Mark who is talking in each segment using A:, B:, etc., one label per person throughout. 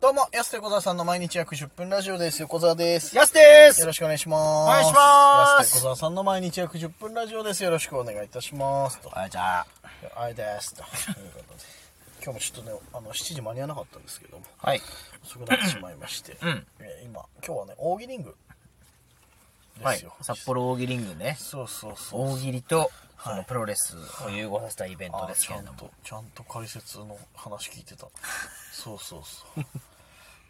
A: どうも、安手小沢さんの毎日約10分ラジオです。横澤です。よ
B: やすです
A: ろしくお願いします。
B: お願いしま
A: 安
B: す
A: 手小沢さんの毎日約10分ラジオです。よろしくお願いいたします。と。
B: あじゃあ。
A: あいです。と。いうことで今日もちょっとね、あの、7時間に合わなかったんですけども、
B: はい。
A: 遅くなってしまいまして、
B: ん
A: え今、今日はね、大喜リングで
B: は
A: す
B: い
A: よ。。
B: 札幌大喜リングね。
A: そうそうそう。
B: 大喜利と、そのプロレスを融合させたイベントですけれども。
A: あちゃんとちゃんと解説の話聞いて たそうそうそう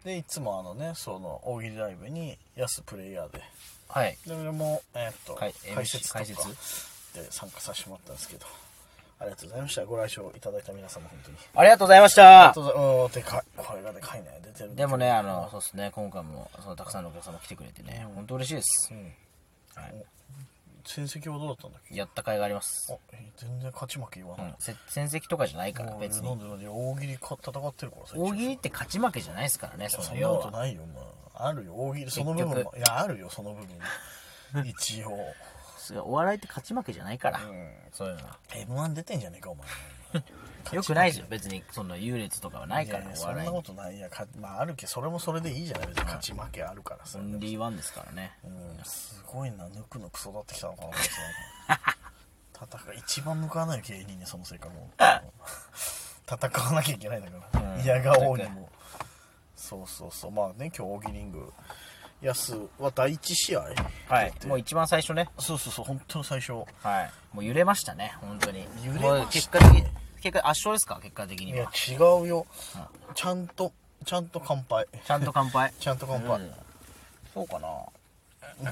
A: でいつもあのねその大喜利ライブに安プレイヤーで
B: はい。
A: で俺もえーっと、
B: はい MC
A: 解説とか
B: 解説
A: で参加させてもらったんですけどありがとうございましたご来場いただいた皆様本当に
B: ありがとうございました
A: どうぞおーでかいこれがでかいね出てる
B: でもね、あの、そうですね、今回も、そのたくさんのお客様来てくれてね、本当嬉しいです
A: う。ん
B: はい
A: 戦績はどうだったんだっけ
B: やった甲斐があります
A: あ。えー全然勝ち負け言わ
B: う
A: ない、
B: ん。せ戦績とかじゃないから、
A: もう
B: 別
A: な
B: に
A: ん。でなんで大喜利か戦ってるからさ一応
B: 大喜利って勝ち負けじゃないですからね、そ
A: そ
B: の
A: んな
B: 要
A: こと
B: は。
A: ないよ、まあ、あるよ、大喜利、その部分も。
B: 結局
A: いや、あるよ、その部分。 一応。
B: そうお笑いって勝ち負けじゃないから。そういうのは。
A: M1 出てんじゃねえか、お前。
B: よくないですよ、別に、その優劣とかはない
A: い
B: か
A: や
B: ら、
A: いや
B: お
A: そんな
B: 笑いに。
A: ことない。いや、かまあ、あるけど、それもそれでいいじゃない別に勝ち負けあるからさ。
B: オンリーワンですからね。
A: うん、すごいな、ぬくぬく育ってきたのかな、こいつなんか 戦い、一番向かわないよ芸人に、そのせいかもう。 戦わなきゃいけないんだから。
B: うん
A: 嫌がおうにも。そうそうそう。まあね、今日、大喜利リング。やすは第一試合。
B: はい
A: 出。て
B: もう一番最初ね。
A: そうそうそう、本当の最初。
B: はい。もう揺れましたね、本当に。
A: 揺れましたね
B: もう結果的に、結果、圧勝ですか結果的
A: い
B: に
A: や
B: は。
A: 違うよちゃんとちゃんと乾杯
B: ちゃんと乾杯。
A: ちゃんと乾杯、
B: そうかな。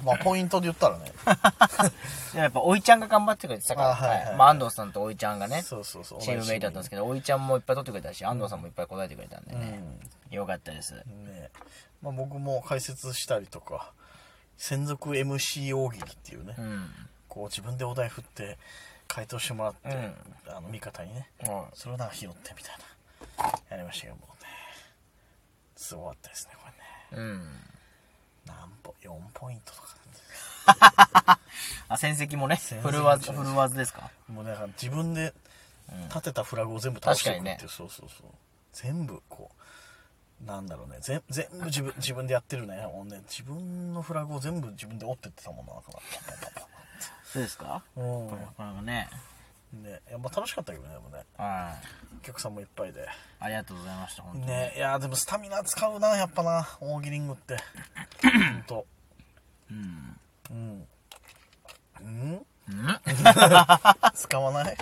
A: まあポイントで言ったらね
B: でもやっぱ、おいちゃんが頑張ってくれてたから、
A: あはいはい
B: まあ、安藤さんとおいちゃんがね、
A: そうそうそう
B: チームメイトだったんですけど、おいちゃんもいっぱい取ってくれたし、安藤さんもいっぱい答えてくれたんでね。よかったです。
A: ねまあ、僕も解説したりとか専属 MC 大喜利っていうね、
B: うん。
A: こう自分でお題振って回答してもらって、あの味方にね、
B: は
A: それをなんか拾ってみたいなやりましたけどもうねすごかったですねこれね
B: うん。
A: 何ポ4ポイントとか
B: あ、戦績もね、
A: 績
B: フルワーズ、フルワーズですか
A: もうだから自分で立てたフラグを全部倒していくっていう、
B: 確かにね
A: そうそうそう全部こうなんだろうね全全部 自分自分でやってるねもうね自分のフラグを全部自分で折ってってたもんなだからパパパ
B: そうですか
A: パ
B: これこれもね、
A: うんねいやまあ楽しかったけどねでもね
B: はい。
A: お客さんもいっぱいで
B: ありがとうございました、本当に。
A: ねいやでもスタミナ使うなやっぱな大喜利リングってほんとうんうんうん使わない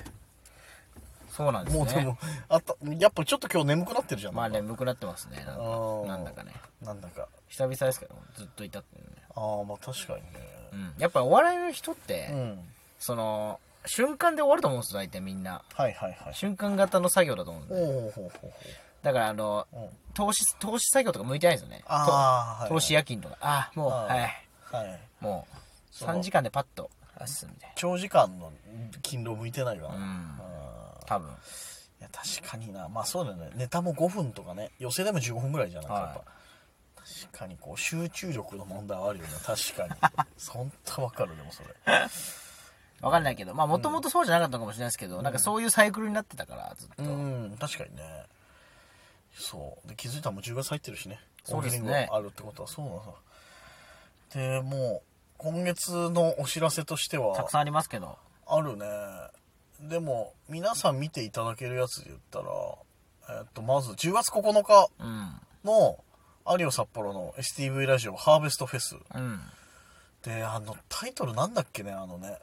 B: そうなんですね。
A: もうでも、あった、やっぱちょっと今日眠くなってるじゃん。
B: まあ眠くなってますね。
A: あ
B: なんか
A: ー
B: なんだかね。
A: なんだか。
B: 久々ですけど、ずっといたっていうね。
A: ああ、まあ確かにね。
B: うん。やっぱお笑いの人って、
A: うん。
B: その、瞬間で終わると思うんですよ、大体みんな。
A: はいはいはい。
B: 瞬間型の作業だと思うん
A: お
B: で。
A: おほうほうほう。
B: だからあの、
A: うん
B: 投資、投資作業とか向いてないですよね。
A: ああ、はい。
B: 投資夜勤とか。ああ、もう、
A: あ
B: は
A: ー
B: い。
A: はい。
B: もう、
A: う
B: 3時間でパッと、あっす、みたいな。
A: 長時間の勤労向いてないわ。
B: う
A: うん
B: ん。
A: い
B: 多分。
A: や、確かにな。まあそうだよね。ネタも5分とかね。寄せでも15分ぐらいじゃない
B: はい
A: やっぱ。確かにこう、集中力の問題はあるよね。確 かに。そんとわかる、でもそれ。
B: わかんないけど、まあもともとそうじゃなかったのかもしれないですけど、なんかそういうサイクルになってたから、ずっと。
A: うん、確かにね。そう。で、気づいたらもう10月入ってるしね。
B: そうですね
A: オープニングがあるってことは、そうなのさ。で、もう、今月のお知らせとして
B: た
A: は
B: く、さんありますけど。
A: あるね。でも、皆さん見ていただけるやつで言ったら、えっと、まず10月9日
B: うん。
A: の、アリオ札幌の STV ラジオハーベストフェス。
B: うん。
A: で、あの、タイトルなんだっけね、あのね。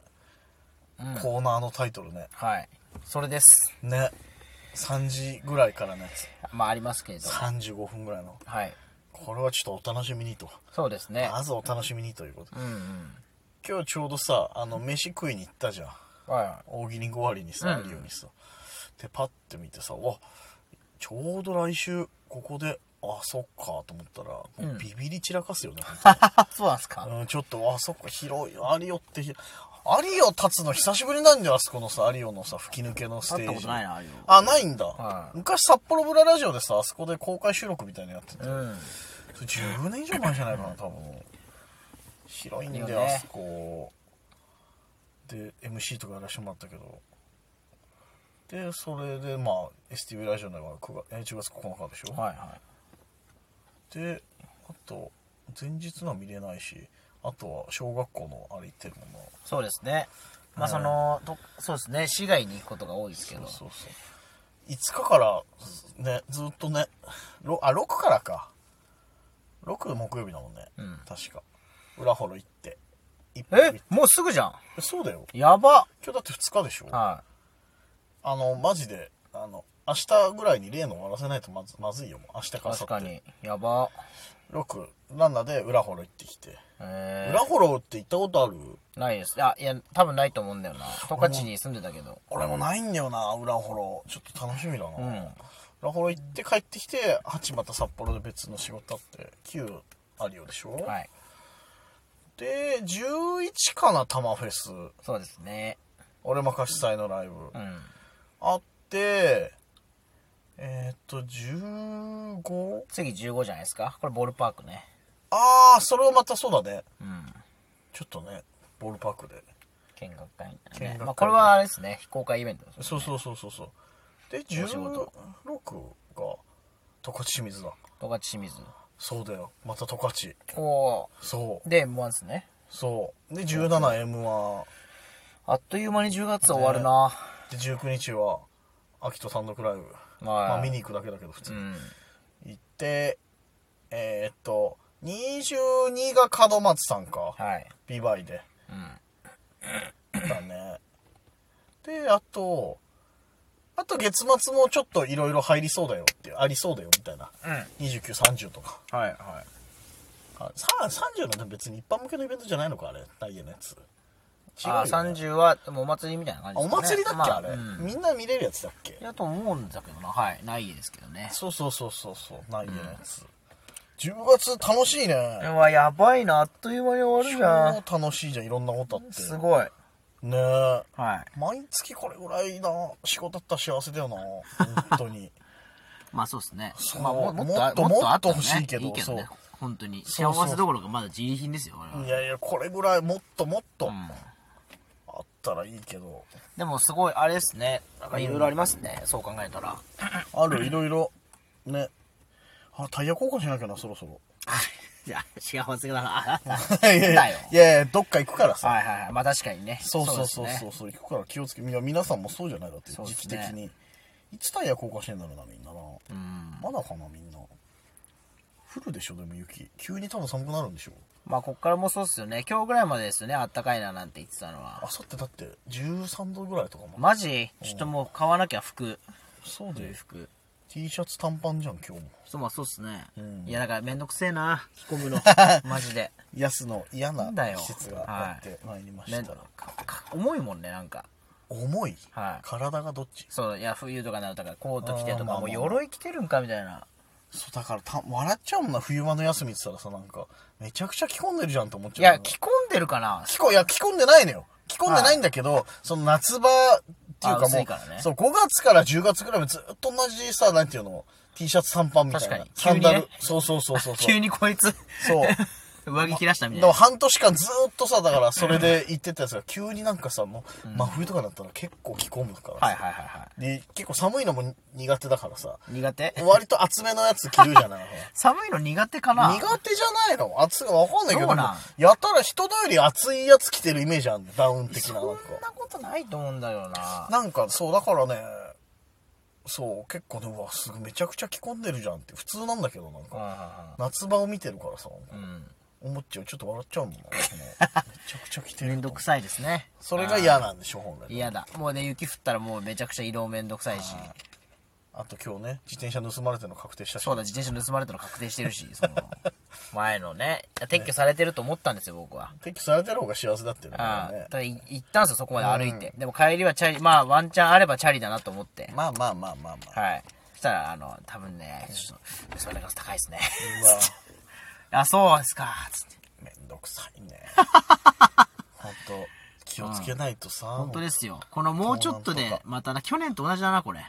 B: うん
A: コーナーのタイトルね。
B: はい。それです。
A: ね。3時ぐらいからのやつ。
B: まあありますけれど。
A: 35分ぐらいの。
B: はい。
A: これはちょっとお楽しみにと。
B: そうですね。
A: まずお楽しみにということ
B: う。んうん。
A: 今日ちょうどさ、あの、飯食いに行ったじゃん。
B: は
A: 大喜利終わりにさ、
B: うん
A: あるようにさ。で、パッて見てさ、わ、ちょうど来週、ここで、あ、そっか、と思ったら、もうビビり散らかすよね、本
B: い。そうなんですか
A: 当にうん、ちょっと、あ、そっか、広い、アリオってひ、アリオ立つの久しぶりなんだよ、あそこのさ、アリオのさ、吹き抜けのステージ。
B: 会ったことないな、あれを。
A: あ、ないんだ。
B: はい
A: 昔、札幌ブララジオでさ、あそこで公開収録みたいなのやってて。
B: うん。
A: それ10年以上前じゃないかな多分広いんだよ、
B: いいよね
A: あそこで MC とかやらせてもらったけどでそれでまあ STV ラジオのは9月え10月9日でしょ、
B: はいは
A: であと前日のは見れないしあとは小学校のあれ行ってるもんな
B: そうですね。まあその、とそうですね、市外に行くことが多いですけど。
A: そうそう5日からねずっとねろあ6からか6木曜日だもんね、
B: うん
A: 確か裏幌行って一泊行っ
B: えもうすぐじゃん
A: えそうだよ
B: やば
A: 今日だって2日でしょ
B: は
A: あのマジであの明日ぐらいに例の終わらせないとまずまずいよもう明日
B: い。
A: から
B: 確か
A: 明後日
B: に。やば。
A: 6ランナーで裏幌行ってきて
B: え
A: 裏幌って行ったことある
B: ー、ないです。あ、いや、多分ないと思うんだよな。十勝に住んでたけど。
A: 俺もないんだよな裏幌ちょっと楽しみだな、
B: うん。
A: ラホロ行って帰ってきて8また札幌で別の仕事あって9あるよでしょ、
B: はい。
A: で11かな玉フェス
B: そうですね。
A: 俺まかし祭のライブ、
B: うん。
A: あってえーっと 15?
B: 次15じゃないですか。これボールパークね。
A: ああそれはまたそうだね
B: うん。
A: ちょっとねボールパークで
B: 見学会みた
A: 見
B: いな
A: 学
B: ね。
A: 会
B: まあこれはあれですね、非公開イベントですね。
A: そうそうそうそうそうで
B: お仕
A: 16
B: 事
A: が十勝清水だ
B: 十勝清水。
A: そうだよまた十勝
B: おお
A: そう
B: ー。で、M1 ですね。
A: そうで 17M は
B: あっという間に10月終わるな。
A: で19日は秋と単独ライブ、
B: まあ、
A: まあ、見に行くだけだけど普
B: う
A: 通に
B: ん。
A: 行ってえーっと22が門松さんか
B: はい。
A: ビバイで
B: うん。
A: だねであとあと月末もちょっといろいろ入りそうだよっていうありそうだよみたいな
B: う
A: 2930とか
B: ん。はいはい。
A: あさ30なんて別に一般向けのイベントじゃないのかあれダイエのやつ違う
B: あ
A: よ、ね、
B: 30はでもお祭りみたいな感
A: あ
B: じ
A: お
B: ですかね
A: 祭りだっけ、
B: ま
A: あ、れ、
B: うん
A: みんな見れるやつだっけ
B: やと思うんだけどなはいないですけどね
A: そうそうそうそうそうないよのやつ、10月楽しいね
B: うわやばいなあっという間に終わるじゃん
A: 超楽しいじゃんいろんなことあって
B: すごい
A: ねえ
B: はい
A: 毎月これぐらいな仕事だったら幸せだよな本当 に
B: まあそうですね
A: そう
B: まあ
A: も
B: も
A: っと
B: もっと
A: も
B: あ
A: っと
B: も
A: 欲しいけど
B: いいけどね
A: そう
B: 本当に
A: そう
B: 幸
A: そう
B: せどころかまだ自利品ですよこれはい
A: やいやこれぐらいもっともっと、
B: うん
A: あったらいいけど
B: でもすごいあれですねなんかいろいろありますねそう考えたら
A: あ るいろいろねあタイヤ交換しなきゃなそろそろ
B: いや幸せだな
A: い やいや
B: だよ
A: いやいやどっか行くからさ、
B: はいはいはいまあ確かにね
A: そうそうそう
B: です
A: そ
B: ね
A: うそう行くから気をつけいや皆さんもそうじゃないだって、
B: そうで
A: 時期
B: す
A: 的
B: ね
A: にいつタイヤ交換してんだろうなみんなな、
B: うん
A: まだかなみんな降るでしょでも雪急に多分寒くなるんでしょ
B: まあこっからもうそうっすよね今日ぐらいまでですよねあったかいななんて言ってたのは
A: あさってだって13度ぐらいとかも、
B: マジちょっともう買わなきゃ服
A: そうで
B: 服
A: T シャツ短パンじゃん今日も
B: そうまあそうっすね、
A: ん
B: いやだからめんどくせえな着込むの マジで
A: ヤスの嫌な
B: なんだよ
A: 季節がやってまいりまし
B: めん
A: た、
B: かか重いもんねなんか
A: 重い、
B: はい
A: 体がどっち
B: そういや冬とかになるとからコート着て
A: あー
B: と
A: まあまあ
B: かもう鎧着てるんかみたいな
A: そうだからた笑っちゃうもんな冬場の休みって言ったらさなんかめちゃくちゃ着込んでるじゃんと思っち
B: い
A: ゃう
B: や着込んでるかな
A: 着こいや着込んでないのよ着込んでないんだけど、その夏場っていうか
B: あ
A: も
B: 薄
A: う
B: いからね
A: そう5月から10月ぐらいまでずっと同じさなんていうの T シャツ短パンみたいな
B: 確かに
A: サンダル、
B: 急にね
A: そうそうそうそうそう
B: 急にこいつ
A: そう
B: 上着着らしたみた
A: だ
B: い
A: か
B: な
A: ら半年間ずっとさだからそれで行ってたやつが急になんかさもう真冬とかになったら結構着込むからさ、
B: はいはいはいは
A: で結構寒いのも苦手だからさ
B: い苦手
A: 割と厚めのやつ着るじゃ ない
B: 寒いの苦手か
A: ほら
B: な
A: 苦手じゃないの暑がわかんないけど
B: そうなん
A: やたら人のより暑いやつ着てるイメージあるのダウン的ななん
B: そん
A: か
B: なことないと思うんだよな
A: なんかそうだからねそう結構ねうわすぐめちゃくちゃ着込んでるじゃんって普通なんだけどなん
B: うん
A: か
B: うんうん
A: 夏場を見てるからさ
B: うん
A: 思っちゃうちょっと笑っちゃうもんな そのめちゃくちゃ着て
B: め
A: る
B: んど
A: と
B: くさいですね
A: それが嫌なんでしょ本来
B: 嫌だもうね雪降ったらもうめちゃくちゃ移動めんどくさいし
A: あと今日ね自転車盗まれてるの確定したし
B: そうだ自転車盗まれたの確定して るしその前のね撤去されてると思ったんですよ僕は
A: 撤去されてる方が幸せだっていうの
B: あ
A: は
B: あ
A: ね
B: ただい行ったんですよそこまで歩いてでも帰りはチャリまあワンチャンあればチャリだなと思って
A: まあまあまあまあまあ
B: はいそしたらあの多分ねちょっとそれが高いですね
A: うわ
B: あそうですかつって
A: めんどくさい ねほんと気をつけないとさ、
B: 本当ですよこのもうちょっ
A: そ
B: と
A: うなん
B: で
A: と
B: またな去年と同じだなこれ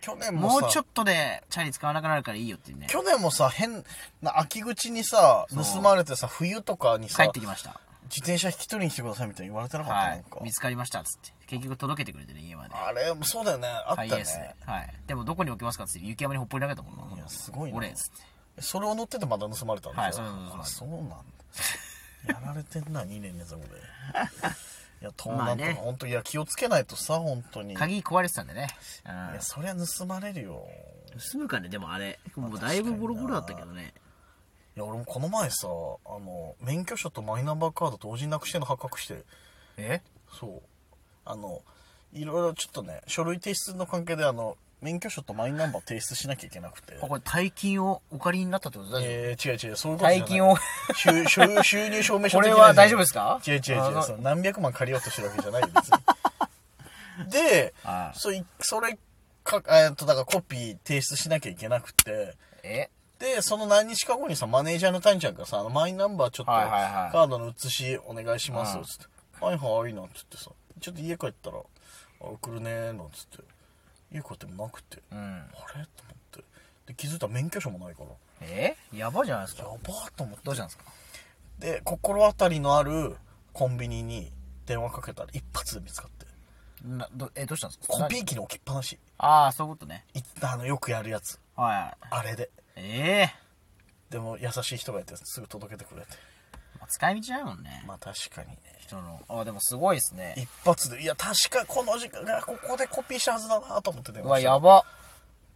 A: 去年も
B: も
A: さ
B: うちょっとでチャリ使わなくなるからいいよっていうね
A: 去年もさ変な秋口にさ
B: う
A: 盗まれてさ冬とかに
B: 帰
A: さ
B: って
A: 自
B: きました
A: 転車引き取りに来てくださいみたいに言われてなかった、
B: は
A: ないんか
B: 見つかりましたっつって結局届けてくれてね家まで
A: あれそうだよねあったよ
B: はい、
A: ね,、
B: イエスね。はい。でも、どこに置きますかっつって、雪山にほっぽり投げたもんな。
A: いやすごいな
B: 俺っつって。
A: それを乗っててまだ盗まれたんですよ、
B: はい
A: あそうなんだやられてんな2年連続 でいや盗
B: ま
A: 難
B: あ
A: とか、
B: ね
A: 本当いや気をつけないとさ本当にいや
B: 鍵壊れてたんでね。
A: そりゃ盗まれるよ
B: うん。盗むかね、でもあれ。もうだいぶボロボロだったけどね。
A: いや俺もこの前さあの免許証とマイナンバーカード同時になくしてんの発覚して
B: え
A: そうあのいろいろちょっとね書類提出の関係であの免許証とマイナンバー提出しなきゃいけなくて
B: あこれ大金をお借りになったってこと大丈夫
A: えー、違う違うそういうことじゃない
B: 大金を。
A: 収収収入証明書
B: これ
A: 的なや
B: は
A: つ
B: 大丈夫ですか
A: 違う違う違
B: あ
A: う
B: あ
A: その何百万借りようとしてるわけじゃないよ別 にで
B: ああ
A: そいそれかえーっとだからコピー提出しなきゃいけなくて
B: え
A: でその何日か後にさマネージャーの谷ちゃんがさあのマイナンバーちょっと
B: はいはいはい
A: カードの写しお願いします
B: うん
A: つって「はいはい」なんつってさちょっと家帰ったら「あ送るね」なんつって家帰ってもなくて、
B: う
A: あ
B: ん。
A: れと思ってで気づいたら免許証もないから
B: えやばいじゃないです
A: や
B: か。
A: ばーと思って
B: どうしたんですか
A: で心当たりのあるコンビニに電話かけたら一発で見つかって
B: などえ、どうしたんですか
A: コピー機に置きっぱなし
B: ああ、そういうことね。
A: いあのよくやるやつ
B: はい。
A: あれで
B: ええ
A: でも優しい人がいてすぐ届けてくれて
B: まあ使い道ないもんね。
A: まあ確かにね
B: 人の。あでもすごいですね。
A: 一発でいや確かこの時間がここでコピーしたはずだなと思って電
B: うわ、
A: 話した
B: やば。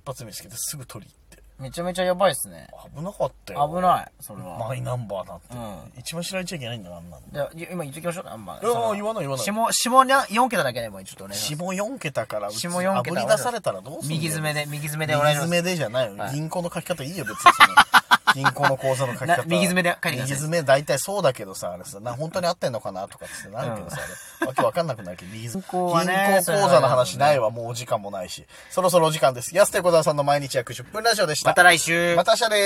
A: 一発見つけてすぐ取り行って
B: めちゃめちゃやばいですね。
A: 危なかったよ
B: 危ない、それは。
A: マイナンバーなんて、
B: う
A: 一番知られちゃいけないんだよあんなの
B: じゃあい今言っときましょうか。あんま
A: いや
B: その
A: 言わない言わない
B: 下、下にゃ4桁だけでもちょっとね。
A: 下4桁からうち
B: 下4
A: 炙
B: 桁
A: り出されたらどうすんの
B: 右詰めで、右詰めでお
A: 右
B: 願いします。
A: 詰めでじゃないよ、
B: はい
A: 銀行の書き方いいよ別に その銀行の口座の書き
B: な
A: 方
B: 右詰めで書いてください
A: 右詰め大体そうだけどさあれさな本当に合ってんのかなとかってなるけどさ、あれわけわかんなくなるけ ど右詰
B: 銀行はね
A: 銀行口座の話ないわもうお時間もないしそろそろお時間です安手小沢さんの毎日約10分ラジオでした
B: また来週。
A: また明日です